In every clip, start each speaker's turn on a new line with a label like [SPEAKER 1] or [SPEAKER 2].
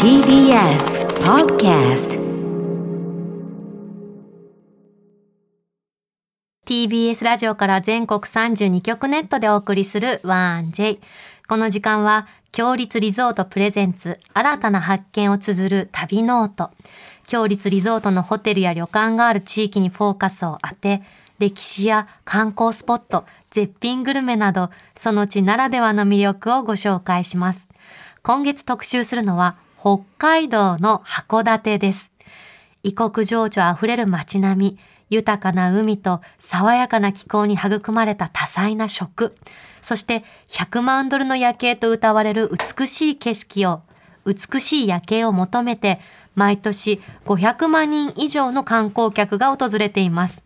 [SPEAKER 1] TBS Podcast
[SPEAKER 2] TBS ラジオから全国32局ネットでお送りする 1J この時間は強立リゾートプレゼンツ新たな発見を綴る旅ノート強立リゾートのホテルや旅館がある地域にフォーカスを当て歴史や観光スポット絶品グルメなどその地ならではの魅力をご紹介します今月特集するのは北海道の函館です異国情緒あふれる街並み豊かな海と爽やかな気候に育まれた多彩な食そして100万ドルの夜景と謳われる美しい景色を美しい夜景を求めて毎年500万人以上の観光客が訪れています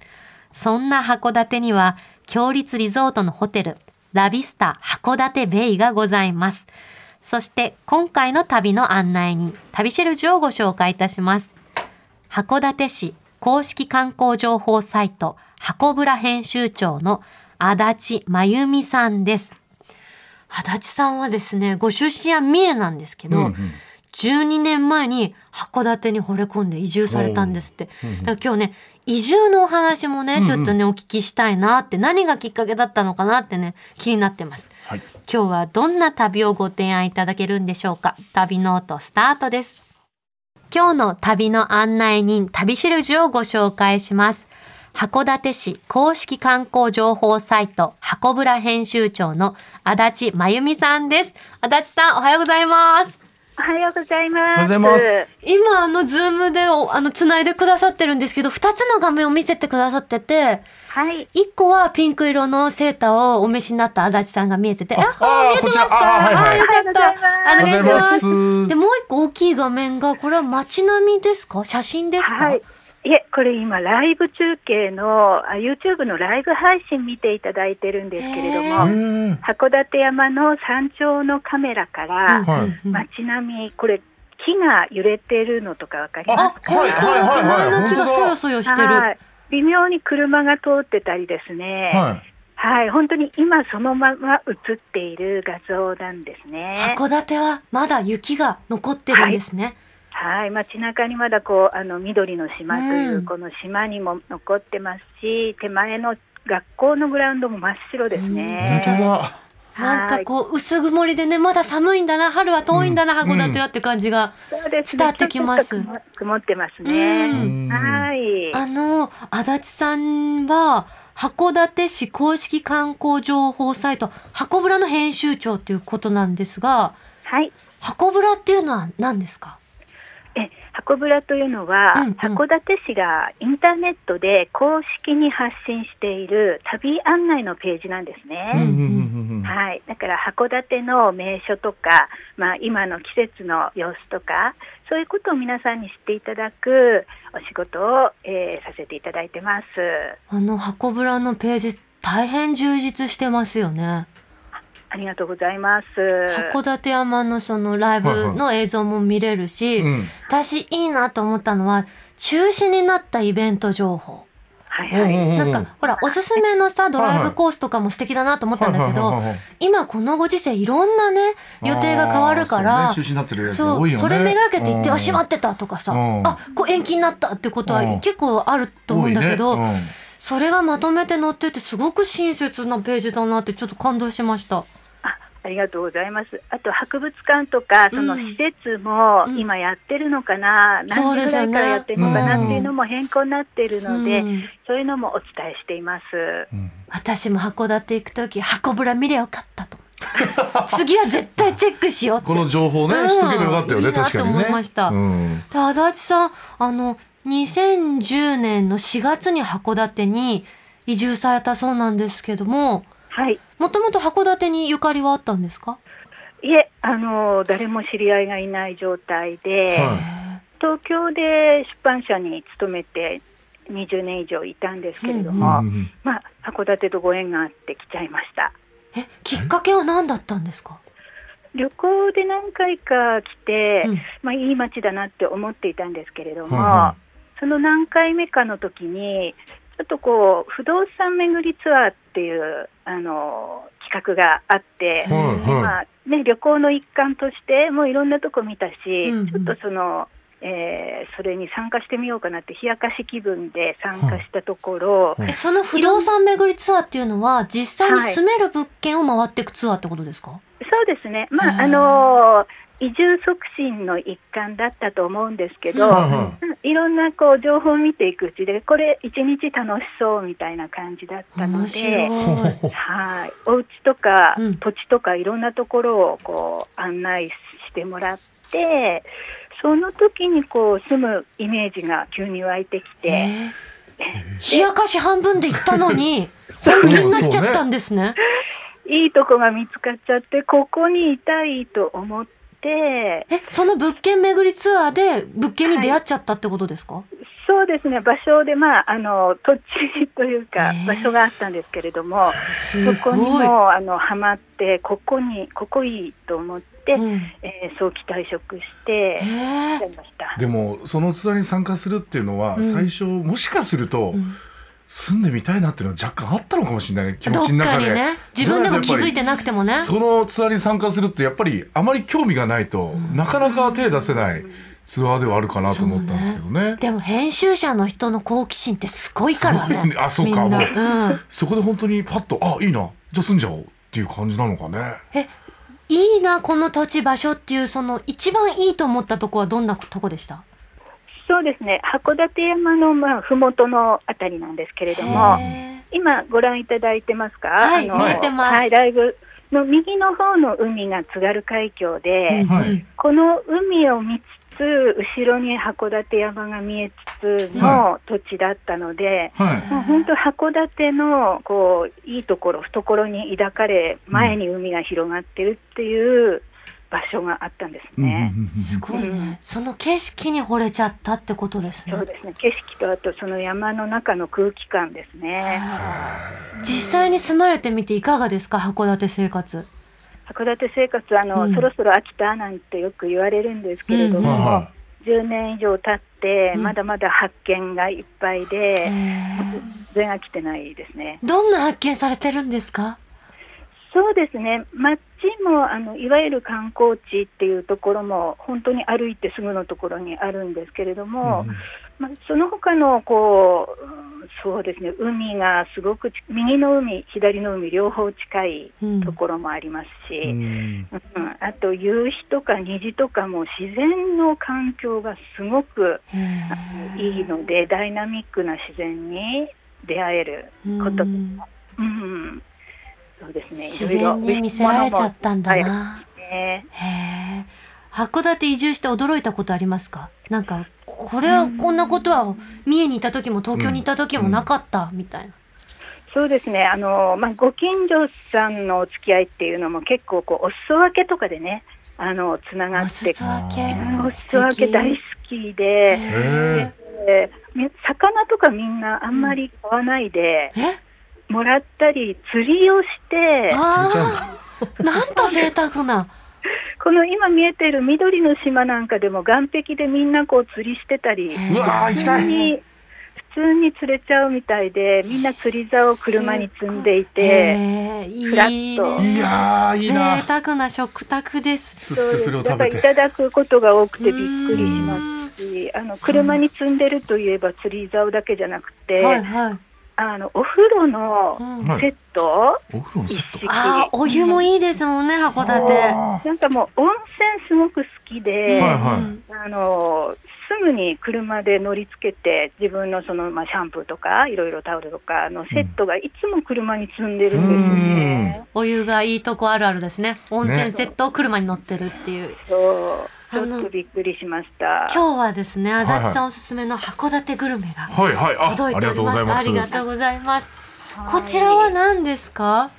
[SPEAKER 2] そんな函館には強立リゾートのホテルラビスタ函館ベイがございますそして今回の旅の案内に旅シェルジュをご紹介いたします函館市公式観光情報サイト、箱ぶら編集長の足立真由美さんです。足立さんはですね、ご出身は三重なんですけど、12年前に函館に惚れ込んで移住されたんですって。だから今日ね、移住のお話もね、ちょっとね、お聞きしたいなって、何がきっかけだったのかなってね、気になってます。
[SPEAKER 3] はい、
[SPEAKER 2] 今日はどんな旅をご提案いただけるんでしょうか旅ノートスタートです今日の旅の案内人旅しるじをご紹介します函館市公式観光情報サイト箱ぶら編集長の足立真由美さんです足立さんおはようございます
[SPEAKER 4] おはようございます。
[SPEAKER 3] おはようござい
[SPEAKER 2] 今あのズームでおあの繋いでくださってるんですけど2つの画面を見せてくださってて
[SPEAKER 4] はい。
[SPEAKER 2] 1個はピンク色のセーターをお召しになった足立さんが見えてて、あ
[SPEAKER 3] あー
[SPEAKER 2] 見えてます
[SPEAKER 3] こち
[SPEAKER 2] から
[SPEAKER 3] あーはいはい
[SPEAKER 2] よかった。
[SPEAKER 4] あ
[SPEAKER 2] お
[SPEAKER 3] り
[SPEAKER 2] 願いし
[SPEAKER 3] がとうござい
[SPEAKER 2] ま
[SPEAKER 3] ます
[SPEAKER 2] す。で、もう一個大きい画面が、これは街並みですか写真ですか、
[SPEAKER 4] はい。いえ、これ今、ライブ中継のあ、YouTube のライブ配信見ていただいてるんですけれど
[SPEAKER 2] へー
[SPEAKER 4] も、
[SPEAKER 3] え
[SPEAKER 4] 函館山の山頂のカメラか
[SPEAKER 2] うん
[SPEAKER 4] ら、
[SPEAKER 3] はい
[SPEAKER 2] うんうん
[SPEAKER 4] 街並み、これ、木が揺れてるのとかわかり
[SPEAKER 2] あ
[SPEAKER 4] ま、
[SPEAKER 2] 本当に手前の木がそよそよ
[SPEAKER 4] す
[SPEAKER 2] してる。
[SPEAKER 4] はい微妙に車が通ってたりですね。
[SPEAKER 3] ー、はい。
[SPEAKER 4] はい。本当に今そのまま映っている画像なんですね。
[SPEAKER 2] 函館はまだ雪が残ってるんですね。
[SPEAKER 4] はい、街中にまだこうあの緑の島といううんこの島にも残ってますし、手前の学校のグラウンドも真っ白です
[SPEAKER 3] 本
[SPEAKER 4] ね。
[SPEAKER 3] 当だ。
[SPEAKER 2] なんかこう、薄曇りでね、まだ寒いんだな、春は遠いんだな、
[SPEAKER 3] うん
[SPEAKER 2] 函館はって感じが。
[SPEAKER 4] そうですね
[SPEAKER 2] 伝わってきます
[SPEAKER 4] ちょっと曇曇ってます
[SPEAKER 2] う
[SPEAKER 4] ね。
[SPEAKER 2] ん
[SPEAKER 3] は。
[SPEAKER 4] はいい。
[SPEAKER 2] あの、足立さんは、函館市公式観光情報サイト、箱ぶらの編集長ということなんですが、
[SPEAKER 4] はい。
[SPEAKER 2] 箱ぶらっていうのは何ですか
[SPEAKER 4] え、箱ぶらというのは、
[SPEAKER 2] うんうん
[SPEAKER 4] 函館市がインターネットで公式に発信している旅案内のページなんですね。
[SPEAKER 3] うんうんうんうん。
[SPEAKER 4] はい、だから函館の名所とか、まあ、今の季節の様子とかそういうことを皆さんに知っていただくお仕事を、えーさせていただいてます。
[SPEAKER 2] あの箱ぶらのページ大変充実してますよね。
[SPEAKER 4] ありがとうございます。
[SPEAKER 2] 函館山のそのライブの映像も見れるし、
[SPEAKER 3] うん。
[SPEAKER 2] 私いいなと思ったのは中止になったイベント情報。
[SPEAKER 4] はい
[SPEAKER 3] うん
[SPEAKER 4] は
[SPEAKER 3] う
[SPEAKER 4] い、
[SPEAKER 3] んうん。
[SPEAKER 2] なんかほらおすすめのさドライブコースとかも素敵だなと思ったんだけ
[SPEAKER 3] はい
[SPEAKER 2] ど
[SPEAKER 3] はいはいはい
[SPEAKER 2] 今このご時世いろんなね予定が変わるか
[SPEAKER 3] あー
[SPEAKER 2] ら
[SPEAKER 3] そうね中止になってるやつ
[SPEAKER 2] そ
[SPEAKER 3] 多
[SPEAKER 2] う
[SPEAKER 3] いよね。
[SPEAKER 2] それめがけて行って「あしま
[SPEAKER 3] っ
[SPEAKER 2] ってた」とかさ「
[SPEAKER 3] うん
[SPEAKER 2] あこう延期になった」ってことは
[SPEAKER 3] うん
[SPEAKER 2] 結構あると思うんだけど、
[SPEAKER 3] 多いね
[SPEAKER 2] それがまとめて載っててすごく親切なページだなってちょっと感動しました。
[SPEAKER 4] あありがとうございます。あと博物館とかその施設も
[SPEAKER 2] うん
[SPEAKER 4] 今やってるのかな、
[SPEAKER 2] そうで
[SPEAKER 4] 何時ぐ
[SPEAKER 2] すよ
[SPEAKER 4] ら
[SPEAKER 2] ね
[SPEAKER 4] いからやってるのかなっていうのも変更になっているので、
[SPEAKER 2] うん
[SPEAKER 4] そういうのもお伝えしています。
[SPEAKER 3] うんうん
[SPEAKER 2] 私も函館行く時箱ぶら見りゃよかったと 次は絶対チェックしようって
[SPEAKER 3] この情報
[SPEAKER 2] うん
[SPEAKER 3] ね、知っとけばよかったよ
[SPEAKER 2] い
[SPEAKER 3] ね、
[SPEAKER 2] いな
[SPEAKER 3] 確かに
[SPEAKER 2] と
[SPEAKER 3] ね。
[SPEAKER 2] 思いました
[SPEAKER 3] うん
[SPEAKER 2] で足立さんあの2010年の4月に函館に移住されたそうなんですけども
[SPEAKER 4] はい。
[SPEAKER 2] もともと函館にゆかりはあったんですか、
[SPEAKER 4] いえ、あの誰も知り合いがいない状態で、
[SPEAKER 3] はい
[SPEAKER 2] へ
[SPEAKER 4] 東京で出版社に勤めて20年以上いたんですけれど
[SPEAKER 3] う
[SPEAKER 4] も、
[SPEAKER 3] んうん
[SPEAKER 4] まあ、函館とご縁があって来ちゃいました
[SPEAKER 2] ええきっかけは何だったんですか、
[SPEAKER 4] 旅行で何回か来て、
[SPEAKER 2] うん
[SPEAKER 4] まあ、いい街だなって思っていたんですけれども、
[SPEAKER 3] は
[SPEAKER 4] その何回目かの時にちょっとこう不動産巡りツアーっていうあの策があって、
[SPEAKER 3] はいはい
[SPEAKER 4] まあね、旅行の一環としてもういろんなとこ見たし、
[SPEAKER 2] うんうん
[SPEAKER 4] ちょっとその、えーそれに参加してみようかなって冷やかし気分で参加したところ、
[SPEAKER 3] はい
[SPEAKER 2] えその不動産巡りツアーっていうのは実際に
[SPEAKER 4] はい
[SPEAKER 2] 住める物件を回っていくツアーってことですか、
[SPEAKER 4] そうですね、まあ
[SPEAKER 2] う
[SPEAKER 4] あ
[SPEAKER 2] ん
[SPEAKER 4] の移住促進の一環だったと思うんですけど、
[SPEAKER 2] うん
[SPEAKER 3] はいはい
[SPEAKER 4] うんいろんなこう情報を見ていくうちで、これ、一日楽しそうみたいな感じだったの
[SPEAKER 2] 面白い
[SPEAKER 4] で、はいお家とか
[SPEAKER 2] うん
[SPEAKER 4] 土地とかいろんなところをこう案内してもらって、その時にこう住むイメージが急に湧いてきて、
[SPEAKER 2] えー冷やかし半分で行ったのに本気になっちゃったんですね。
[SPEAKER 4] いいとこが見つかっちゃって、ここにいたいと思って、
[SPEAKER 2] えその物件巡りツアーで物件に出会っちゃったってことですか、
[SPEAKER 4] そうですね、場所で、まあ、あの土地というか
[SPEAKER 2] ね、
[SPEAKER 4] 場所があったんですけれども、
[SPEAKER 2] す
[SPEAKER 4] そこに
[SPEAKER 2] ごい。
[SPEAKER 4] もあのハマって、ここに、ここいいと思って、
[SPEAKER 2] うん
[SPEAKER 4] えー早期退職して
[SPEAKER 2] へ、え
[SPEAKER 4] やりました。
[SPEAKER 3] でもそのツアーに参加するっていうのは、
[SPEAKER 2] うん
[SPEAKER 3] 最初もしかすると、
[SPEAKER 2] うん
[SPEAKER 3] 住んでみたいなっていうのは若干あったのかもしれないね気
[SPEAKER 2] ど
[SPEAKER 3] 持
[SPEAKER 2] っ
[SPEAKER 3] ちの
[SPEAKER 2] か
[SPEAKER 3] 中
[SPEAKER 2] に
[SPEAKER 3] で、
[SPEAKER 2] ね自分でも気づいてなくてもね。
[SPEAKER 3] そのツアーに参加するってやっぱりあまり興味がないと、なかなか手出せないツアーではあるかなと思ったんですけどね。
[SPEAKER 2] でも編集者の人の好奇心ってすごいから
[SPEAKER 3] すごい
[SPEAKER 2] ね
[SPEAKER 3] ね。あそうか
[SPEAKER 2] みんな
[SPEAKER 3] もう
[SPEAKER 2] うん
[SPEAKER 3] そこで本当にパッとあいいなじゃあ住んじゃおうっていう感じなのかね。
[SPEAKER 2] いいなこの土地場所っていうその一番いいと思ったとこはどんなとこでした
[SPEAKER 4] そうですね、函館山のまあ麓のあたりなんですけれども、
[SPEAKER 2] へ
[SPEAKER 4] 今ご覧いただいてますか？
[SPEAKER 2] はい
[SPEAKER 4] あの
[SPEAKER 2] 見えてます
[SPEAKER 4] はい、ライブの右の方の海が津軽海峡
[SPEAKER 2] ー
[SPEAKER 4] で、
[SPEAKER 2] うん
[SPEAKER 3] はい
[SPEAKER 2] うん
[SPEAKER 4] この海を見つつ後ろに函館山が見えつつの土地だったので、
[SPEAKER 3] は
[SPEAKER 2] うん
[SPEAKER 3] い
[SPEAKER 4] もう本当函館のこういいところ懐に抱かれ前に海が広がってるっていう場所があったんです
[SPEAKER 3] うんうん
[SPEAKER 4] ね。
[SPEAKER 3] うん
[SPEAKER 2] すごいね、
[SPEAKER 4] うん
[SPEAKER 2] その景色に惚れちゃったってことですね
[SPEAKER 4] そうですね景色とあとその山の中の空気感ですね
[SPEAKER 2] 実際に住まれてみていかがですか函館生活
[SPEAKER 4] 函館生活あの、
[SPEAKER 2] うん
[SPEAKER 4] そろそろ飽きたなんてよく言われるんですけれど
[SPEAKER 2] うん
[SPEAKER 4] も、
[SPEAKER 3] は
[SPEAKER 4] 10年以上経って
[SPEAKER 2] うん
[SPEAKER 4] まだまだ発見がいっぱい
[SPEAKER 2] へ
[SPEAKER 4] で、
[SPEAKER 2] ー
[SPEAKER 4] それが来てないですね
[SPEAKER 2] どんな発見されてるんですか
[SPEAKER 4] そうですね、街もあのいわゆる観光地っていうところも、本当に歩いてすぐのところにあるんですけれど
[SPEAKER 3] い
[SPEAKER 4] も、
[SPEAKER 3] はい
[SPEAKER 4] まあ、その他のこううんそうですね、海がすごくち右の海、左の海、両方近い
[SPEAKER 2] うん
[SPEAKER 4] ところもありますし、
[SPEAKER 3] う
[SPEAKER 4] うん
[SPEAKER 3] ん
[SPEAKER 4] あと夕日とか虹とかも自然の環境がすごく
[SPEAKER 2] へー
[SPEAKER 4] いいので、ダイナミックな自然に出会える、こと
[SPEAKER 2] うん
[SPEAKER 4] うん、そうですね、
[SPEAKER 2] 自
[SPEAKER 4] いろ
[SPEAKER 2] 然
[SPEAKER 4] いろ
[SPEAKER 2] に見せられちゃったんだ
[SPEAKER 4] いっぱいあ
[SPEAKER 2] な
[SPEAKER 4] りますね
[SPEAKER 2] へえ函館移住して驚いたことありますかなんかこれはこんなことは三重にいた時も東京にいた時もなかったみたいな、
[SPEAKER 4] そうですね、あのまあ、ご近所さんのお付き合いっていうのも結構こう、お裾分けとかでね、あのつなが
[SPEAKER 2] お
[SPEAKER 4] っ
[SPEAKER 2] 裾
[SPEAKER 4] て、
[SPEAKER 2] 分
[SPEAKER 3] あ
[SPEAKER 2] け
[SPEAKER 3] ー
[SPEAKER 4] お裾分け大好きで、
[SPEAKER 2] へ
[SPEAKER 4] えーみ魚とかみんなあんまり買わないで、
[SPEAKER 2] ええ
[SPEAKER 4] もらったり、釣りをして、
[SPEAKER 3] 釣れちゃうんだ
[SPEAKER 2] あーなんと贅沢な
[SPEAKER 4] この今見えている緑の島なんかでも、岸壁でみんなこう釣りしてたり、
[SPEAKER 3] うわー行きた
[SPEAKER 4] 普通
[SPEAKER 3] い
[SPEAKER 4] に普通に釣れちゃうみたいで、みんな釣り竿を車に積んでいて。
[SPEAKER 2] へえい
[SPEAKER 4] ふらっと
[SPEAKER 2] い
[SPEAKER 3] い
[SPEAKER 2] ね
[SPEAKER 3] やーいい
[SPEAKER 2] 贅
[SPEAKER 3] な
[SPEAKER 2] 沢な食卓です
[SPEAKER 3] 釣ってそれを食べ
[SPEAKER 4] だ
[SPEAKER 3] て
[SPEAKER 4] からいただくことが多くてびっくりしますし、あの車に積んでるといえば釣り竿だけじゃなくて、
[SPEAKER 2] はいはい、
[SPEAKER 4] あのお風呂の
[SPEAKER 2] うん
[SPEAKER 3] はい
[SPEAKER 4] セット、
[SPEAKER 3] お風呂のセット
[SPEAKER 2] あーお湯もいいですもんね函館
[SPEAKER 3] あ
[SPEAKER 4] なんかもう温泉すごく好きで、
[SPEAKER 3] はいはい
[SPEAKER 4] あのすぐに車で乗り付けて自分のそのまあシャンプーとかいろいろタオルとかのセットがいつも車に積んでるんですね。
[SPEAKER 2] お湯がいいとこあるあるですね温泉セットを車に乗ってるっていう
[SPEAKER 4] そうち
[SPEAKER 2] あ
[SPEAKER 4] ょ
[SPEAKER 2] の
[SPEAKER 4] っとびっくりしました。
[SPEAKER 2] 今日はですね、
[SPEAKER 3] い
[SPEAKER 2] 足立さんおすすめの函館グルメが
[SPEAKER 3] ーはいはいあ
[SPEAKER 2] 届い
[SPEAKER 3] あ
[SPEAKER 2] てお
[SPEAKER 3] りが
[SPEAKER 2] り
[SPEAKER 3] とうござい
[SPEAKER 2] ま。
[SPEAKER 3] ます
[SPEAKER 2] あ
[SPEAKER 3] す
[SPEAKER 2] りがとうございます。
[SPEAKER 4] はい
[SPEAKER 2] こちらは何ですか？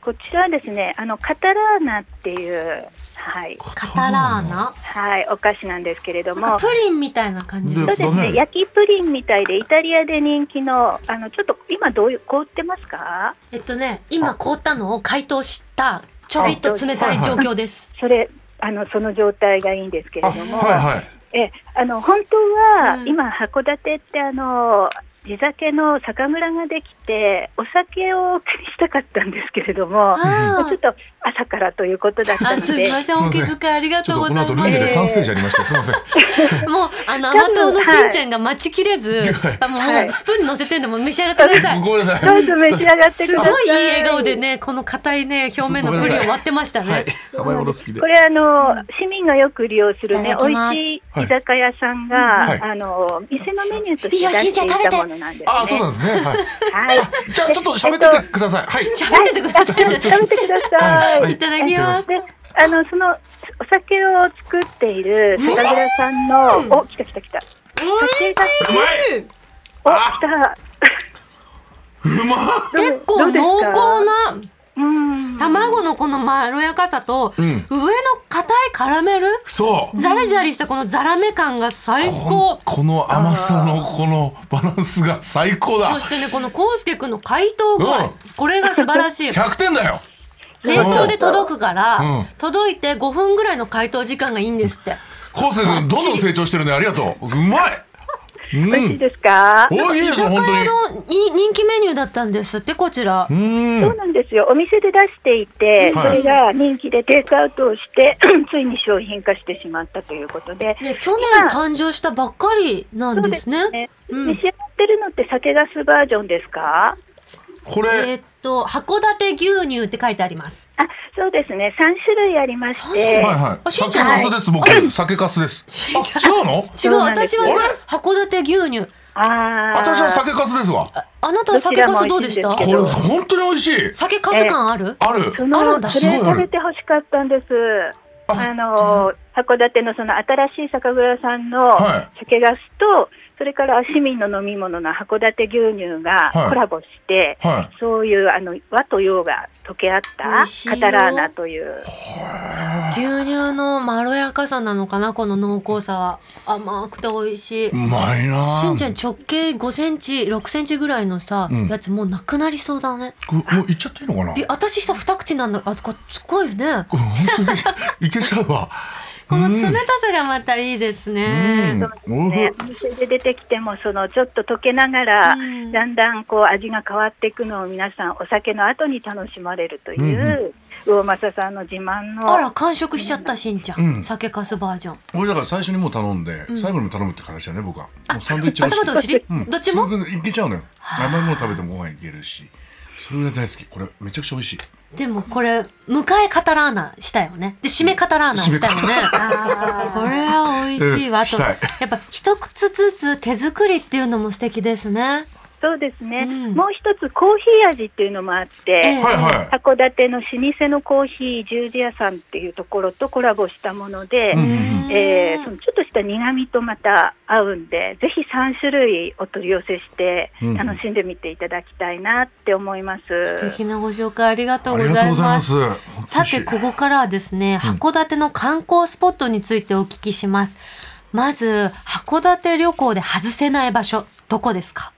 [SPEAKER 4] こちらはですね、あのカタラーナっていう、はい、
[SPEAKER 2] カタラーナ。
[SPEAKER 4] はい、お菓子なんですけれど
[SPEAKER 2] なんか
[SPEAKER 4] も、
[SPEAKER 2] プリンみたいな感じ
[SPEAKER 3] で
[SPEAKER 2] で
[SPEAKER 4] そう
[SPEAKER 2] す。
[SPEAKER 4] です
[SPEAKER 3] だね
[SPEAKER 4] ね、焼きプリンみたいで、イタリアで人気の、あのちょっと今、どういう凍ってますか
[SPEAKER 2] えっとね、今凍ったのを解凍したちょびっと冷たい状況です。
[SPEAKER 4] それあの、その状態がいいんですけれ
[SPEAKER 3] あはい
[SPEAKER 4] ども、
[SPEAKER 3] はい
[SPEAKER 4] えあの本当は、
[SPEAKER 2] うん
[SPEAKER 4] 今、函館ってあの、地酒の酒蔵ができてお酒をお送りしたかったんですけれども
[SPEAKER 2] あ
[SPEAKER 4] ちょっと朝からということだった
[SPEAKER 2] あ、
[SPEAKER 4] の
[SPEAKER 2] すみ
[SPEAKER 4] で
[SPEAKER 2] ません、お気遣いありが
[SPEAKER 3] ち
[SPEAKER 2] と
[SPEAKER 3] ょ
[SPEAKER 2] う
[SPEAKER 3] っと
[SPEAKER 2] ご
[SPEAKER 3] こ
[SPEAKER 2] ざ
[SPEAKER 3] の
[SPEAKER 2] い
[SPEAKER 3] 後
[SPEAKER 2] ま
[SPEAKER 3] ルームで
[SPEAKER 2] す。
[SPEAKER 3] 3ステージありました。すみません。
[SPEAKER 2] もう、あの、甘党のしんちゃんが待ちきれず、あもう、
[SPEAKER 4] はい
[SPEAKER 2] もうスプーンに乗せてんでもう召し上がってください。
[SPEAKER 3] ごめんなさ
[SPEAKER 4] どう
[SPEAKER 3] い。
[SPEAKER 4] ぞ召し上がってく
[SPEAKER 2] す
[SPEAKER 4] だ
[SPEAKER 2] ご
[SPEAKER 4] さい
[SPEAKER 2] いいい笑顔でね、この硬いね、表面のプリンを割ってましたね。
[SPEAKER 3] はい。甘いもの好きで
[SPEAKER 4] こ。れあの、市民がよく利用する
[SPEAKER 2] いた
[SPEAKER 4] ね
[SPEAKER 2] だき
[SPEAKER 4] 美
[SPEAKER 2] ます
[SPEAKER 4] 味しい居酒屋さんが、
[SPEAKER 3] はい
[SPEAKER 4] あの店のメニューとし
[SPEAKER 2] いい
[SPEAKER 4] て
[SPEAKER 2] よ
[SPEAKER 4] 出して
[SPEAKER 2] しん
[SPEAKER 4] い
[SPEAKER 2] ちゃん食べ
[SPEAKER 4] た
[SPEAKER 2] て
[SPEAKER 4] ものなんですね。
[SPEAKER 3] あ、そうなんです ね。はい。
[SPEAKER 4] はい。
[SPEAKER 3] じゃあちょっと喋っててください。はい。
[SPEAKER 2] 喋っててくださ
[SPEAKER 4] 食べ
[SPEAKER 2] い。
[SPEAKER 4] てください。
[SPEAKER 3] はい
[SPEAKER 2] ただきます。
[SPEAKER 4] で、あのそのお酒を作っている酒蔵さんの、お来た来た来た。酒が
[SPEAKER 3] うまい。
[SPEAKER 4] お来た。
[SPEAKER 3] うま
[SPEAKER 4] どう
[SPEAKER 2] 結構濃厚。な
[SPEAKER 4] どうですか
[SPEAKER 2] 卵のこのまろやかさと、
[SPEAKER 3] うん
[SPEAKER 2] 上の硬いカラメル、
[SPEAKER 3] そう。
[SPEAKER 2] ザリザリしたこのザラメ感が最
[SPEAKER 3] こ
[SPEAKER 2] 高
[SPEAKER 3] ん。この甘さのこのバランスが最高だ
[SPEAKER 2] そしてね、このコウスケ君の解凍具合、
[SPEAKER 3] うん
[SPEAKER 2] これが素晴らしい。
[SPEAKER 3] 100点だよ
[SPEAKER 2] 冷凍で届くから、
[SPEAKER 3] うん
[SPEAKER 2] 届いて5分ぐらいの解凍時間がいいんですって。
[SPEAKER 3] 昴生君どんどん成長してるねありがとううまいう
[SPEAKER 4] うん。美味しい
[SPEAKER 3] ん
[SPEAKER 4] ですか。
[SPEAKER 3] おいい
[SPEAKER 2] 居
[SPEAKER 3] です
[SPEAKER 2] 酒屋
[SPEAKER 3] よ本
[SPEAKER 2] のに人気メニューだったんですって、こちら
[SPEAKER 3] 当。にう
[SPEAKER 4] そうんなんですよお店で出していて、
[SPEAKER 3] はい
[SPEAKER 4] それが人気でテイクアウトをして ついに商品化してしまったということで、
[SPEAKER 2] ね、去年誕生したばっかりなんですね。うん
[SPEAKER 4] 召し上がってるのって酒ガスバージョンですか
[SPEAKER 3] こ
[SPEAKER 2] え
[SPEAKER 3] れ
[SPEAKER 2] ーっと、函館牛乳って書いてあります。
[SPEAKER 4] あそうですね3種類ありまし
[SPEAKER 2] え
[SPEAKER 4] て
[SPEAKER 2] ー
[SPEAKER 3] はいはい
[SPEAKER 2] あしんち
[SPEAKER 3] 酒
[SPEAKER 2] ゃん
[SPEAKER 3] かすです僕酒かすですあ違うの
[SPEAKER 2] 違う、
[SPEAKER 4] そうなんで
[SPEAKER 2] 私
[SPEAKER 4] す
[SPEAKER 2] はね
[SPEAKER 3] あれ、
[SPEAKER 2] 函館牛乳。
[SPEAKER 4] ああ
[SPEAKER 3] 私は酒かすですわ
[SPEAKER 2] ああなたは酒粕どうでした
[SPEAKER 4] どちらも美味しいんですけ
[SPEAKER 3] これ本当に美味しい
[SPEAKER 2] 酒粕感ある、
[SPEAKER 3] ある
[SPEAKER 4] そ
[SPEAKER 2] あるん
[SPEAKER 4] の
[SPEAKER 2] だ
[SPEAKER 4] そ
[SPEAKER 3] す
[SPEAKER 4] れ
[SPEAKER 3] ごいある
[SPEAKER 4] 食べてほしかったんです。
[SPEAKER 3] あ
[SPEAKER 4] あの函館のその新しい酒蔵さんの
[SPEAKER 3] は
[SPEAKER 4] 酒ガスと、それから市民の飲み物の函館牛乳が
[SPEAKER 3] はい
[SPEAKER 4] コラボして、
[SPEAKER 3] はい
[SPEAKER 4] そういうあの和と洋が溶け合っ
[SPEAKER 2] 美
[SPEAKER 4] た
[SPEAKER 2] 味しいよ
[SPEAKER 4] カタラーナという
[SPEAKER 2] 牛乳のまろやかさなのかなこの濃厚さは甘くて美味しいう
[SPEAKER 3] まいな
[SPEAKER 2] しんちゃん直径5センチ6センチぐらいのさ、
[SPEAKER 3] うん
[SPEAKER 2] やつもうなくなりそうだね
[SPEAKER 3] これもういっちゃっていいのかな
[SPEAKER 2] で私さ二口なんだあこすごいね
[SPEAKER 3] これ本当にいけちゃういけちゃうわ
[SPEAKER 2] この冷たさがまたいいですね、
[SPEAKER 3] うんおいしい
[SPEAKER 4] ね、お店で出てきてもそのちょっと溶けながら、
[SPEAKER 2] うん
[SPEAKER 4] だんだんこう味が変わっていくのを皆さんお酒の後に楽しまれるという、魚政さんの自慢の
[SPEAKER 2] あら完食しちゃったしんちゃん、
[SPEAKER 3] うん
[SPEAKER 2] 酒粕バージョン
[SPEAKER 3] 俺だから最初にもう頼んで、最後にも頼むって形だね僕はもうサンドイッチ
[SPEAKER 2] 頭とお尻、
[SPEAKER 3] うん
[SPEAKER 2] どっちも
[SPEAKER 3] それでいけちゃうのよ甘いもの食べてもご飯いけるしそれぐらい大好きこれめちゃくちゃ美味しい
[SPEAKER 2] でもこれ迎えカタラーナしたよねで締めカタラーナしたよね
[SPEAKER 4] あ
[SPEAKER 2] これは美味しいわ。あと、
[SPEAKER 3] うんした
[SPEAKER 2] や
[SPEAKER 3] い
[SPEAKER 2] っぱ一つずつ手作りっていうのも素敵ですね。
[SPEAKER 4] そうですね、
[SPEAKER 2] うん
[SPEAKER 4] もう一つコーヒー味っていうのもあって、
[SPEAKER 2] ええ
[SPEAKER 3] はいは
[SPEAKER 4] 函館の老舗のコーヒー十字屋さんっていうところとコラボしたもので、
[SPEAKER 3] うん
[SPEAKER 4] えーそのちょっとした苦味とまた合うんでぜひ3種類お取り寄せして
[SPEAKER 3] うん
[SPEAKER 4] 楽しんでみていただきたいなって思います。
[SPEAKER 2] 素敵なご紹介ありがと
[SPEAKER 3] いあ
[SPEAKER 2] うご
[SPEAKER 3] りが
[SPEAKER 2] ざ
[SPEAKER 3] と
[SPEAKER 2] い
[SPEAKER 3] うござい
[SPEAKER 2] ま。
[SPEAKER 3] ますす本当に美
[SPEAKER 2] さ
[SPEAKER 3] 味してい
[SPEAKER 2] ここからはですね、函館の観光スポットについてお聞きします。まず函館旅行で外せない場所どこですか？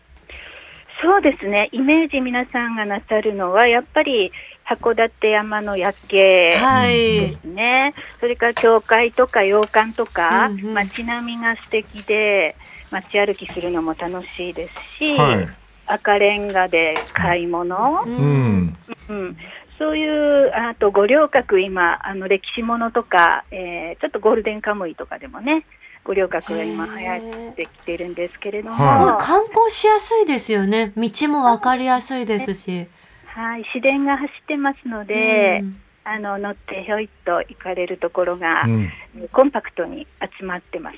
[SPEAKER 4] そうですねイメージ皆さんがなさるのはやっぱり函館山の夜景
[SPEAKER 2] はい。
[SPEAKER 4] ね、それから教会とか洋館とか、
[SPEAKER 2] うんうん
[SPEAKER 4] 街並みが素敵で街歩きするのも楽しいですし、
[SPEAKER 3] はい
[SPEAKER 4] 赤レンガで買い物、
[SPEAKER 2] う
[SPEAKER 3] う。ん
[SPEAKER 4] うん、そういうあと五稜郭今あの歴史ものとか、えーちょっとゴールデンカムイとかでもね五稜郭が今流行ってきてるんですけれども、
[SPEAKER 2] すごい
[SPEAKER 3] は
[SPEAKER 2] 観光しやすいですよね。道もわかりやすいですし。
[SPEAKER 4] はい、市電が走ってますので、
[SPEAKER 2] うん
[SPEAKER 4] あの乗ってひょいっと行かれるところが、
[SPEAKER 3] うん
[SPEAKER 4] コンパクトに集まってます。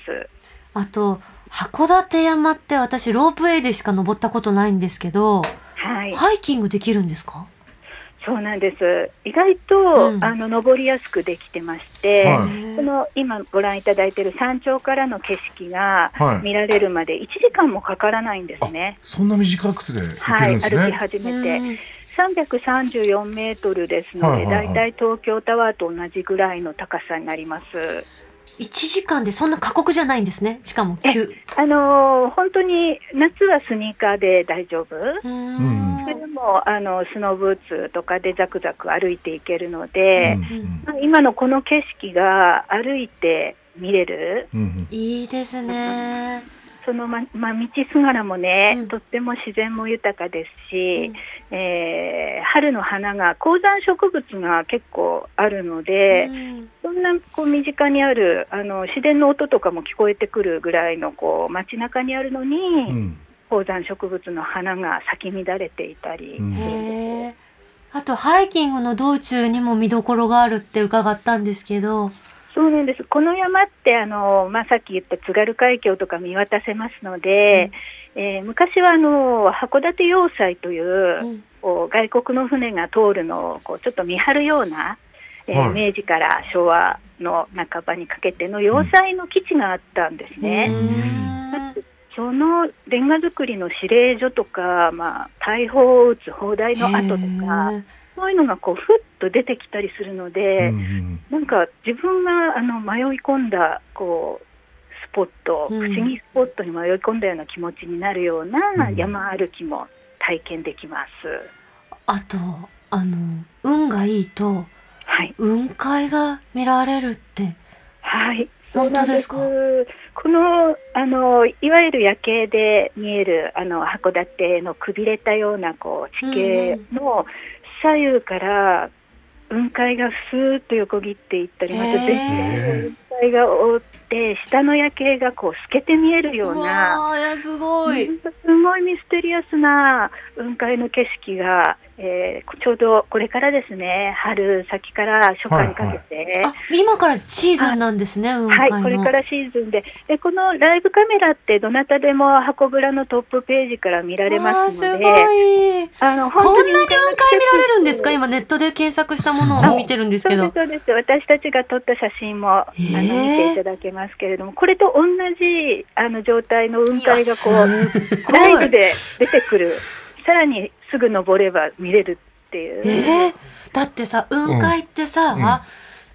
[SPEAKER 2] あと函館山って私ロープウェイでしか登ったことないんですけど、
[SPEAKER 4] はい、
[SPEAKER 2] ハイキングできるんですか？
[SPEAKER 4] そうなんです。意外と、
[SPEAKER 2] うん
[SPEAKER 4] あの登りやすくできてまして、
[SPEAKER 3] は
[SPEAKER 4] この今ご覧いただいている山頂からの景色が
[SPEAKER 3] はい
[SPEAKER 4] 見られるまで1時間もかからないんですね。
[SPEAKER 3] そんな短くていけ
[SPEAKER 4] は
[SPEAKER 3] るん
[SPEAKER 4] い、
[SPEAKER 3] で
[SPEAKER 4] 歩
[SPEAKER 3] す
[SPEAKER 4] き
[SPEAKER 3] ね
[SPEAKER 4] 始め
[SPEAKER 2] う
[SPEAKER 4] て
[SPEAKER 2] ん
[SPEAKER 4] 334メートルですの
[SPEAKER 3] は
[SPEAKER 4] で、
[SPEAKER 3] いはいはい
[SPEAKER 4] だいたい東京タワーと同じぐらいの高さになります。
[SPEAKER 2] 一時間でそんな過酷じゃないんですね。しかも急。
[SPEAKER 4] あのー本当に夏はスニーカーで大丈夫。
[SPEAKER 2] うー
[SPEAKER 3] うん
[SPEAKER 4] それでもあのスノーブーツとかでザクザク歩いていけるので、
[SPEAKER 3] うん
[SPEAKER 4] まあ今のこの景色が歩いて見れる、
[SPEAKER 3] うんうん
[SPEAKER 2] いいですね。
[SPEAKER 4] そのままあ、道すがらもね、
[SPEAKER 2] うん
[SPEAKER 4] とっても自然も豊かですし、えー春の花が高山植物が結構あるので、
[SPEAKER 2] うん
[SPEAKER 4] そんなこう身近にあるあの自然の音とかも聞こえてくるぐらいのこう街中にあるのに、
[SPEAKER 3] うん
[SPEAKER 4] 高山植物の花が咲き乱れていたり、
[SPEAKER 3] うん
[SPEAKER 2] へえあとハイキングの道中にも見どころがあるって伺ったんですけど、
[SPEAKER 4] そうなんですこの山ってあの、まあ、さっき言った津軽海峡とか見渡せますので、えー昔はあの函館要塞という、
[SPEAKER 2] うん
[SPEAKER 4] こう外国の船が通るのをこうちょっと見張るような、えー
[SPEAKER 3] はい
[SPEAKER 4] 明治から昭和の半ばにかけての要塞の基地があったんですね。
[SPEAKER 2] うん
[SPEAKER 4] そのレンガ作りの指令所とか、まあ、大砲を撃つ砲台の跡とか
[SPEAKER 2] へえ
[SPEAKER 4] そういうのがこうふっと出てきたりするので、
[SPEAKER 3] うん
[SPEAKER 4] なんか自分があの迷い込んだこうスポット、
[SPEAKER 2] うん
[SPEAKER 4] 不思議スポットに迷い込んだような気持ちになるような
[SPEAKER 3] うん
[SPEAKER 4] 山歩きも体験できます。
[SPEAKER 2] あとあの運がいいと
[SPEAKER 4] はい
[SPEAKER 2] 雲海が見られるって
[SPEAKER 4] はい、
[SPEAKER 2] 本当ですか
[SPEAKER 4] そうなんですこのあのいわゆる夜景で見えるあの函館のくびれたようなこう地形の左右から雲海がスーッと横切っていったりまた
[SPEAKER 2] へー
[SPEAKER 4] 絶景の雲海が覆って下の夜景がこう透けて見えるような
[SPEAKER 2] わあいやすごい、
[SPEAKER 4] うんすごいミステリアスな雲海の景色が、えーちょうどこれからですね春先から初夏にかけて。
[SPEAKER 2] あ今からシーズンなんですね雲
[SPEAKER 4] は
[SPEAKER 2] 海
[SPEAKER 4] い、
[SPEAKER 2] の、
[SPEAKER 4] これからシーズンでで、このライブカメラって、どなたでも箱ぶらのトップページから見られますの
[SPEAKER 2] わあす
[SPEAKER 4] で、
[SPEAKER 2] ごい
[SPEAKER 4] あの
[SPEAKER 2] こんなに雲海
[SPEAKER 4] 運
[SPEAKER 2] 見
[SPEAKER 4] 動
[SPEAKER 2] られるんですか今ネットで検索したものを見てるんです
[SPEAKER 4] そう
[SPEAKER 2] け
[SPEAKER 4] です
[SPEAKER 2] ど
[SPEAKER 4] そうです私たちが撮った写真もあの見
[SPEAKER 2] へえ
[SPEAKER 4] ていただけますけれども、これと同じあの状態の雲海がこ
[SPEAKER 2] いや
[SPEAKER 4] う
[SPEAKER 2] すっごい
[SPEAKER 4] ライブで出てくる、さらにすぐ登れば見れるっていう。
[SPEAKER 2] えー、だってさ雲海ってさ、
[SPEAKER 3] うん
[SPEAKER 2] あ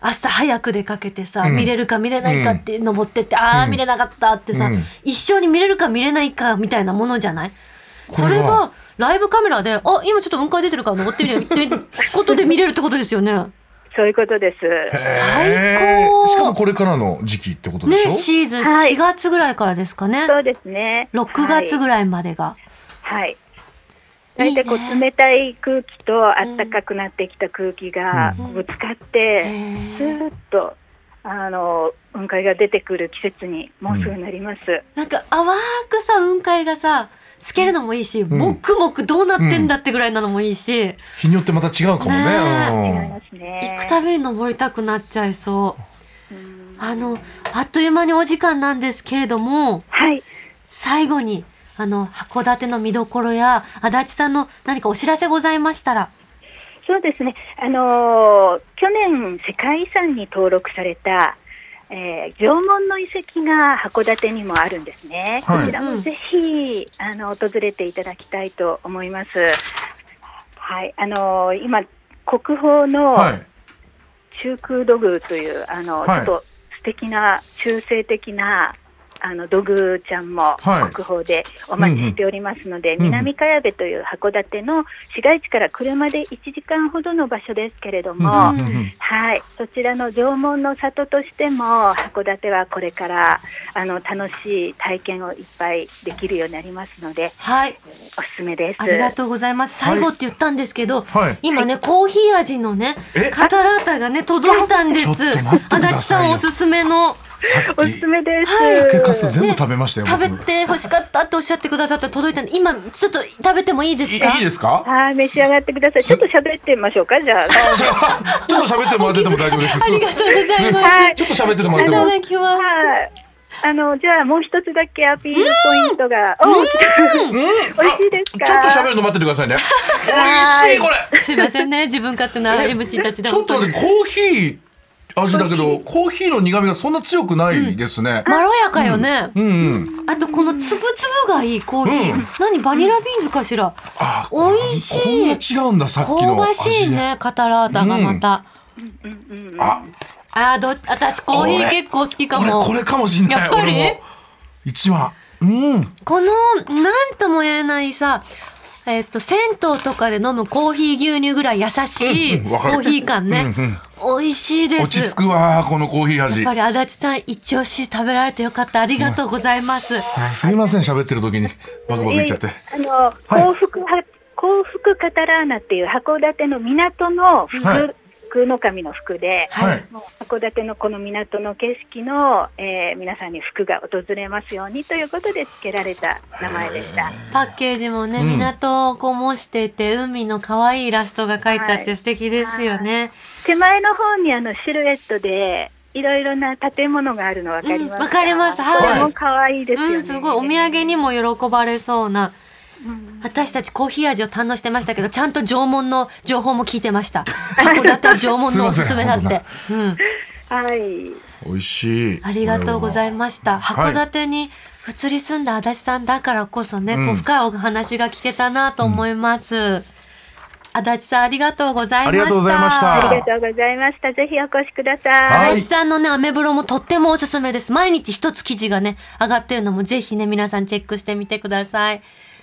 [SPEAKER 2] 朝早く出かけてさ、
[SPEAKER 3] うん
[SPEAKER 2] 見れるか見れないかって登ってって、ああ
[SPEAKER 3] うん
[SPEAKER 2] 見れなかったってさ、
[SPEAKER 3] うん
[SPEAKER 2] 一生に見れるか見れないかみたいなものじゃない
[SPEAKER 3] こ
[SPEAKER 2] そ
[SPEAKER 3] れ
[SPEAKER 2] れ
[SPEAKER 3] は
[SPEAKER 2] がライブカメラであ今ちょっと雲海出てるから登ってみるよってことで見れるってことですよね。
[SPEAKER 4] そういうことです。
[SPEAKER 3] へー
[SPEAKER 2] 最高
[SPEAKER 3] しかもこれからの時期ってことでしょ、
[SPEAKER 2] ねシーズン
[SPEAKER 4] はい
[SPEAKER 2] 4月ぐらいからですかね、
[SPEAKER 4] そうですね。
[SPEAKER 2] 6月ぐ
[SPEAKER 4] はい。
[SPEAKER 2] らいまでが。
[SPEAKER 4] はい
[SPEAKER 2] い
[SPEAKER 4] 大
[SPEAKER 2] いね
[SPEAKER 4] 体こう冷たい空気と暖かくなってきた空気が
[SPEAKER 2] うん
[SPEAKER 4] ぶつかって、
[SPEAKER 2] へ
[SPEAKER 4] ず
[SPEAKER 2] ー
[SPEAKER 4] ーっとあの雲海が出てくる季節にもうすぐなります。
[SPEAKER 2] なんか淡くさ雲海がさ透けるのもいいし、
[SPEAKER 3] ん
[SPEAKER 2] もくもくどうなってんだってぐらいなのもいいし。
[SPEAKER 3] 日によってまた違うかも
[SPEAKER 2] ね
[SPEAKER 4] 違い
[SPEAKER 3] ね。
[SPEAKER 4] ますね。
[SPEAKER 2] 行くたびに登りたくなっちゃいそう。
[SPEAKER 4] うん
[SPEAKER 2] あの、あっという間にお時間なんですけれども、
[SPEAKER 4] はい、
[SPEAKER 2] 最後に、あの、函館の見どころや、足立さんの何かお知らせございましたら。
[SPEAKER 4] そうですね。あのー去年世界遺産に登録された、えー縄文の遺跡が函館にもあるんですね。
[SPEAKER 3] はい
[SPEAKER 4] こちらもぜひあの訪れていただきたいと思います。はい、あのー今国宝
[SPEAKER 3] うん
[SPEAKER 4] の
[SPEAKER 3] はい。
[SPEAKER 4] 中空土偶というあの、
[SPEAKER 3] はい
[SPEAKER 4] ちょっと素敵な中性的なあの土偶ちゃんも
[SPEAKER 3] はい
[SPEAKER 4] 国宝でお待ちしておりますので、南茅部という函館の市街地から車で1時間ほどの場所ですけれども、
[SPEAKER 3] うんうんうん
[SPEAKER 4] はい、そちらの縄文の里としても函館はこれからあの楽しい体験をいっぱいできるようになりますので
[SPEAKER 2] はい。
[SPEAKER 4] おすすめです。
[SPEAKER 2] ありがとうございます。最後って言ったんですけど、
[SPEAKER 3] はい
[SPEAKER 2] 今ね、コーヒー味のね
[SPEAKER 3] え、
[SPEAKER 2] カタラータがね、届いたんです。
[SPEAKER 3] ちょっと待ってくだ
[SPEAKER 2] 足
[SPEAKER 3] さいよ
[SPEAKER 2] 立さんおすすめの、
[SPEAKER 3] さっ
[SPEAKER 4] おすすめです。
[SPEAKER 3] 酒かす全部食べましたよ。
[SPEAKER 2] 食べ
[SPEAKER 3] 僕
[SPEAKER 2] て欲しかったっておっしゃってくださった届いたんで、今、ちょっと食べてもいいですか
[SPEAKER 3] いいですか？
[SPEAKER 4] はい、召し上がってください。ちょっと喋ってみましょうか、じゃあ。
[SPEAKER 3] ちょっと喋ってもらってても大丈夫です。
[SPEAKER 2] ありがとうございます。
[SPEAKER 4] はい
[SPEAKER 3] ちょっと喋っててもらっ
[SPEAKER 2] い
[SPEAKER 3] て
[SPEAKER 2] た
[SPEAKER 3] も。
[SPEAKER 2] だきます。
[SPEAKER 4] はい。あの、じゃあもう一つだけアピールポイントが。お来
[SPEAKER 3] うん。美
[SPEAKER 4] た 美味しいですか
[SPEAKER 3] ちょっと喋るの待っててくださいね。美味しいこれ。
[SPEAKER 2] すいませんね、自分勝手な MC たちで。
[SPEAKER 3] ちょっと待って
[SPEAKER 2] 本
[SPEAKER 3] コーヒー味だけどコーヒーの苦味がそんな強くないですね
[SPEAKER 2] 当。にまろやかよね。
[SPEAKER 3] うんうん。
[SPEAKER 2] あとこのつぶつぶがいいコーヒー。
[SPEAKER 3] うん
[SPEAKER 2] 何バニラビーンズかしら。
[SPEAKER 3] あー、
[SPEAKER 2] 美味しい
[SPEAKER 3] こんな違うんださっきの味
[SPEAKER 2] 香ばしい。ね、カタラータがまた。
[SPEAKER 3] あ、
[SPEAKER 2] あーど、私コーヒー結構好きか
[SPEAKER 3] 俺
[SPEAKER 2] も。
[SPEAKER 3] これかもしんない。
[SPEAKER 2] やっぱり
[SPEAKER 3] 俺も一番。うん。
[SPEAKER 2] この、なんとも言えないさ、えっと、銭湯とかで飲むコーヒー牛乳ぐらい優しい
[SPEAKER 3] う
[SPEAKER 2] コ
[SPEAKER 3] んうんわかる
[SPEAKER 2] ーヒー感ね
[SPEAKER 3] うんうん。
[SPEAKER 2] 美味しいです。
[SPEAKER 3] 落ち着くわこのコーヒー味
[SPEAKER 2] やっぱり足立さん一押し食べられてよかったありがとうございます。
[SPEAKER 3] すいません喋ってる時にバクバクいっちゃって、
[SPEAKER 4] あの、幸福は幸福カタラーナっていう函館の港の服、
[SPEAKER 3] はい
[SPEAKER 4] 福の神の服で、
[SPEAKER 3] はい、
[SPEAKER 4] もう函館のこの港の景色の、えー皆さんに福が訪れますようにということで付けられた名前でした。
[SPEAKER 2] パッケージもね、
[SPEAKER 3] うん
[SPEAKER 2] 港をこう模していて海の可愛いイラストが描いてあっ
[SPEAKER 4] は
[SPEAKER 2] て素敵ですよね。
[SPEAKER 4] 手前の方にあのシルエットでいろいろな建物があるの分かります
[SPEAKER 2] うんわかりますはい
[SPEAKER 4] これも可愛いですよね。
[SPEAKER 2] うん、すごいお土産にも喜ばれそうな。私たちコーヒー味を堪能してましたけど、ちゃんと縄文の情報も聞いてま した。函館は縄文のおすすめだっ
[SPEAKER 3] すい
[SPEAKER 2] て。うん、
[SPEAKER 4] はい。
[SPEAKER 3] 美味しい
[SPEAKER 2] ありがとうございました。
[SPEAKER 3] は
[SPEAKER 2] 函
[SPEAKER 3] い
[SPEAKER 2] 館に移り住んだ足立さんだからこそね、こ
[SPEAKER 3] う
[SPEAKER 2] うん深いお話が聞けたなと思います。足立さんありがとうございました。
[SPEAKER 3] ありがとうございました
[SPEAKER 4] ありがとうございました。ぜひお越しくださ
[SPEAKER 3] は
[SPEAKER 2] 足
[SPEAKER 4] い
[SPEAKER 3] い
[SPEAKER 2] 立さんのね、アメブロもとってもおすすめです。毎日一つ記事がね、上がってるのもぜひね、皆さんチェックしてみてください。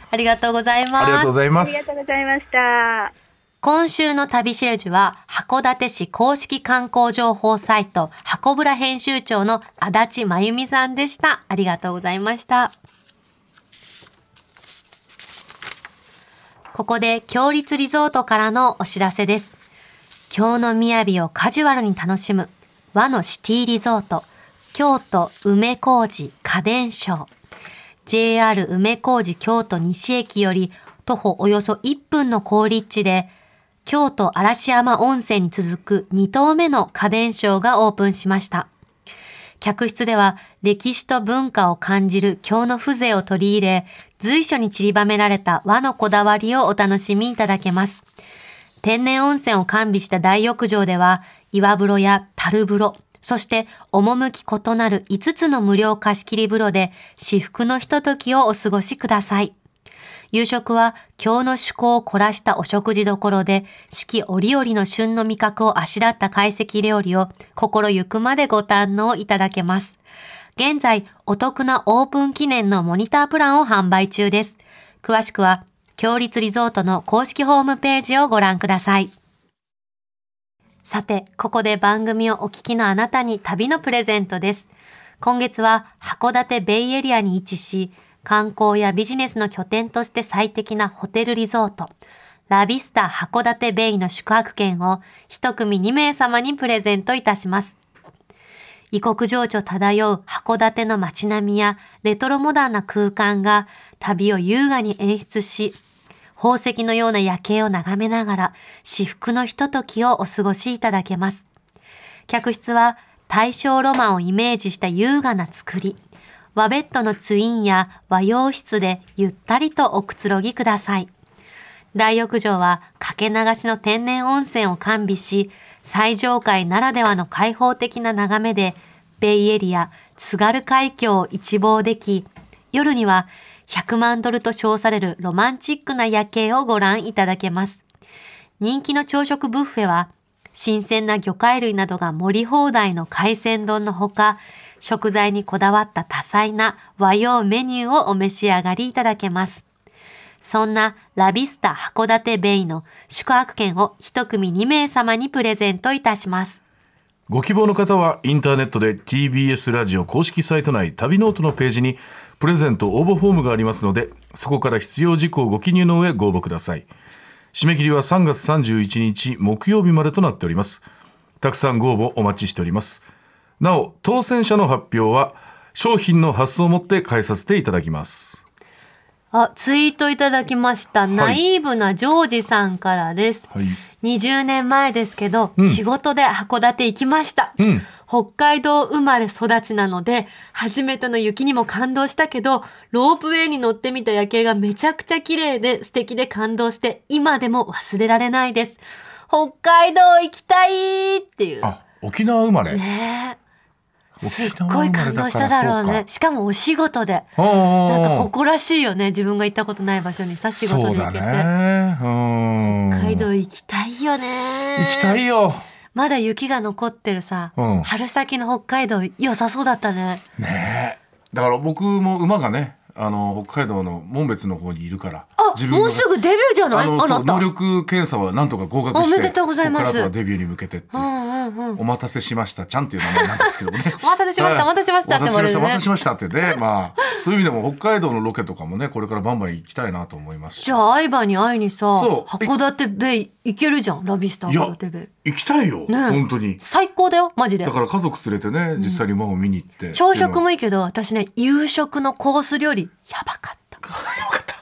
[SPEAKER 2] ありがとうござい
[SPEAKER 3] ありが
[SPEAKER 2] ま
[SPEAKER 3] とう
[SPEAKER 2] す
[SPEAKER 3] ご。ざいま
[SPEAKER 4] ありが
[SPEAKER 3] す
[SPEAKER 4] とうございました。
[SPEAKER 2] 今週の旅しれじは、函館市公式観光情報サイト、箱ぶら編集長の足立真由美さんでした。ありがとうございました。ここで、強立リゾートからのお知らせです。京の雅をカジュアルに楽しむ和のシティリゾート京都梅小路家電商 JR 梅小路京都西駅より徒歩およそ1分の好立地で京都嵐山温泉に続く2棟目の家電商がオープンしました客室では歴史と文化を感じる京の風情を取り入れ随所に散りばめられた和のこだわりをお楽しみいただけます天然温泉を完備した大浴場では、岩風呂や樽風呂、そして趣異なる5つの無料貸し切り風呂で、至福のひとときをお過ごしください。夕食は、京の趣向を凝らしたお食事どころで、四季折々の旬の味覚をあしらった懐石料理を、心ゆくまでご堪能いただけます。現在、お得なオープン記念のモニタープランを販売中です。詳しくは、強立リゾートの公式ホームページをご覧ください。さて、ここで番組をお聞きのあなたに旅のプレゼントです。今月は函館ベイエリアに位置し、観光やビジネスの拠点として最適なホテルリゾート、ラビスタ函館ベイの宿泊券を一組2名様にプレゼントいたします。異国情緒漂う函館の街並みやレトロモダンな空間が旅を優雅に演出し、宝石のような夜景を眺めながら至福のひとときをお過ごしいただけます。客室は大正ロマンをイメージした優雅な作り。和ベッドのツインや和洋室でゆったりとおくつろぎください。大浴場はかけ流しの天然温泉を完備し、最上階ならではの開放的な眺めで、ベイエリア、津軽海峡を一望でき、夜には100万ドルと称されるロマンチックな夜景をご覧いただけます。人気の朝食ブッフェは、新鮮な魚介類などが盛り放題の海鮮丼のほか、食材にこだわった多彩な和洋メニューをお召し上がりいただけます。そんなラビスタ函館ベイの宿泊券を一組2名様にプレゼントいたします。
[SPEAKER 3] ご希望の方はインターネットで TBS ラジオ公式サイト内旅ノートのページにプレゼント応募フォームがありますのでそこから必要事項をご記入の上ご応募ください締め切りは3月31日木曜日までとなっておりますたくさんご応募お待ちしておりますなお当選者の発表は商品の発送をもって返させていただきます
[SPEAKER 2] あ、ツイートいただきました。
[SPEAKER 3] い
[SPEAKER 2] ナイーブなジョージさんからです。
[SPEAKER 3] はい
[SPEAKER 2] 20年前ですけど、
[SPEAKER 3] ん
[SPEAKER 2] 仕事で函館行きました、
[SPEAKER 3] ん
[SPEAKER 2] 北海道生まれ育ちなので初めての雪にも感動したけどロープウェイに乗ってみた夜景がめちゃくちゃ綺麗で素敵で感動して今でも忘れられないです北海道行きたいっていう
[SPEAKER 3] あ沖縄生まれ、
[SPEAKER 2] ねえ
[SPEAKER 3] 沖
[SPEAKER 2] すっ
[SPEAKER 3] 縄
[SPEAKER 2] ごい
[SPEAKER 3] 生ま
[SPEAKER 2] 感動
[SPEAKER 3] れだから
[SPEAKER 2] しただろう
[SPEAKER 3] そう
[SPEAKER 2] ね
[SPEAKER 3] か
[SPEAKER 2] しかもお仕事で
[SPEAKER 3] あー
[SPEAKER 2] なんか誇らしいよね自分が行ったことない場所にさ仕事に行けて、
[SPEAKER 3] そうだねうん
[SPEAKER 2] 北海道行きたいよね
[SPEAKER 3] 行きたいよ
[SPEAKER 2] まだ雪が残ってるさ、
[SPEAKER 3] うん
[SPEAKER 2] 春先の北海道良さそうだったね。
[SPEAKER 3] ねえだから僕も馬がねあの北海道の紋別の方にいるから
[SPEAKER 2] あ、
[SPEAKER 3] が
[SPEAKER 2] もうすぐデビューじゃない？
[SPEAKER 3] あ
[SPEAKER 2] あ
[SPEAKER 3] のそう
[SPEAKER 2] なた。
[SPEAKER 3] 能
[SPEAKER 2] うん
[SPEAKER 3] 力検査はなんとか合格して
[SPEAKER 2] おめでとうございます
[SPEAKER 3] ここからはデビューに向けてっていう
[SPEAKER 2] うんうん。うんうん
[SPEAKER 3] お待たせしましたちゃんっていう名前なんですけどね
[SPEAKER 2] お待たせしました
[SPEAKER 3] はい
[SPEAKER 2] お待たせしましたって
[SPEAKER 3] お待たせしました
[SPEAKER 2] も
[SPEAKER 3] お
[SPEAKER 2] らえるね
[SPEAKER 3] 待たせしましたってねまあそういう意味でも北海道のロケとかもねこれからバンバン行きたいなと思いますし
[SPEAKER 2] じゃあ相葉に会いにさ
[SPEAKER 3] そう
[SPEAKER 2] 函館ベイ行けるじゃんラビスタ
[SPEAKER 3] いや
[SPEAKER 2] 函館ベイ
[SPEAKER 3] 行きたいよ、
[SPEAKER 2] ね
[SPEAKER 3] 本当に
[SPEAKER 2] 最高だよマジで
[SPEAKER 3] だから家族連れてね実際に馬を見に行って、
[SPEAKER 2] 朝食もいいけど私ね夕食のコース料理やばかった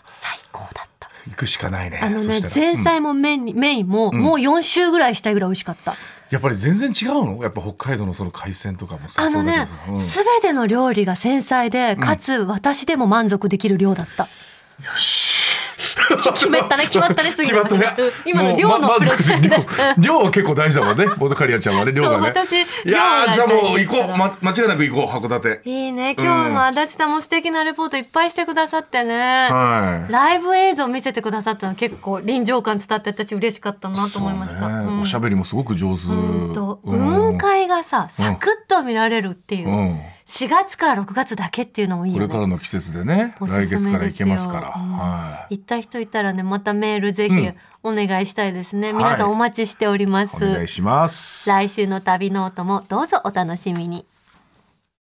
[SPEAKER 2] 最高だった
[SPEAKER 3] 行くしかないね
[SPEAKER 2] あの
[SPEAKER 3] そ
[SPEAKER 2] ね
[SPEAKER 3] したら
[SPEAKER 2] 前
[SPEAKER 3] うん
[SPEAKER 2] 菜もメイン,、メインも、もう4週ぐらいしたいぐらい美味しかった
[SPEAKER 3] やっぱり全然違うのやっぱ北海道のその海鮮とかもさ
[SPEAKER 2] あのね
[SPEAKER 3] そうだけどさ
[SPEAKER 2] すべ、全ての料理が繊細でかつ私でも満足できる量だった、決ま ったね決まったね次の
[SPEAKER 3] 決まったね
[SPEAKER 2] うん今の
[SPEAKER 3] もう
[SPEAKER 2] 量の
[SPEAKER 3] まま
[SPEAKER 2] 状態で
[SPEAKER 3] ず量量は結構大事だもんねボトカリアちゃんはね量がね
[SPEAKER 2] 私
[SPEAKER 3] いやーじゃあもう
[SPEAKER 2] 量が大事です
[SPEAKER 3] 行こ
[SPEAKER 2] か
[SPEAKER 3] う、
[SPEAKER 2] ら
[SPEAKER 3] ま、間違いなく行こう函館
[SPEAKER 2] いいね今日の足立さんも素敵なレポートいっぱいしてくださってね、
[SPEAKER 3] はい
[SPEAKER 2] ライブ映像見せてくださったの結構臨場感伝わって私嬉しかったなと思いました。
[SPEAKER 3] そうね
[SPEAKER 2] うん
[SPEAKER 3] おしゃべりもすごく上手
[SPEAKER 2] うんと
[SPEAKER 3] うん
[SPEAKER 2] 雲海がさサクッと見られるっていう、
[SPEAKER 3] うん
[SPEAKER 2] 4月から6月だけっていうのもいい
[SPEAKER 3] こ
[SPEAKER 2] よ
[SPEAKER 3] れか
[SPEAKER 2] ね
[SPEAKER 3] らの季節でね
[SPEAKER 2] おす
[SPEAKER 3] 来
[SPEAKER 2] すめです
[SPEAKER 3] 月
[SPEAKER 2] よ
[SPEAKER 3] から行けますから、
[SPEAKER 2] うん
[SPEAKER 3] はい
[SPEAKER 2] 行った人いたらねまたメールぜひ
[SPEAKER 3] うん
[SPEAKER 2] お願いしたいですね、
[SPEAKER 3] はい
[SPEAKER 2] 皆さんお待ちしておりま
[SPEAKER 3] お
[SPEAKER 2] す、
[SPEAKER 3] 願いします
[SPEAKER 2] 来週の旅ノートもどうぞお楽しみに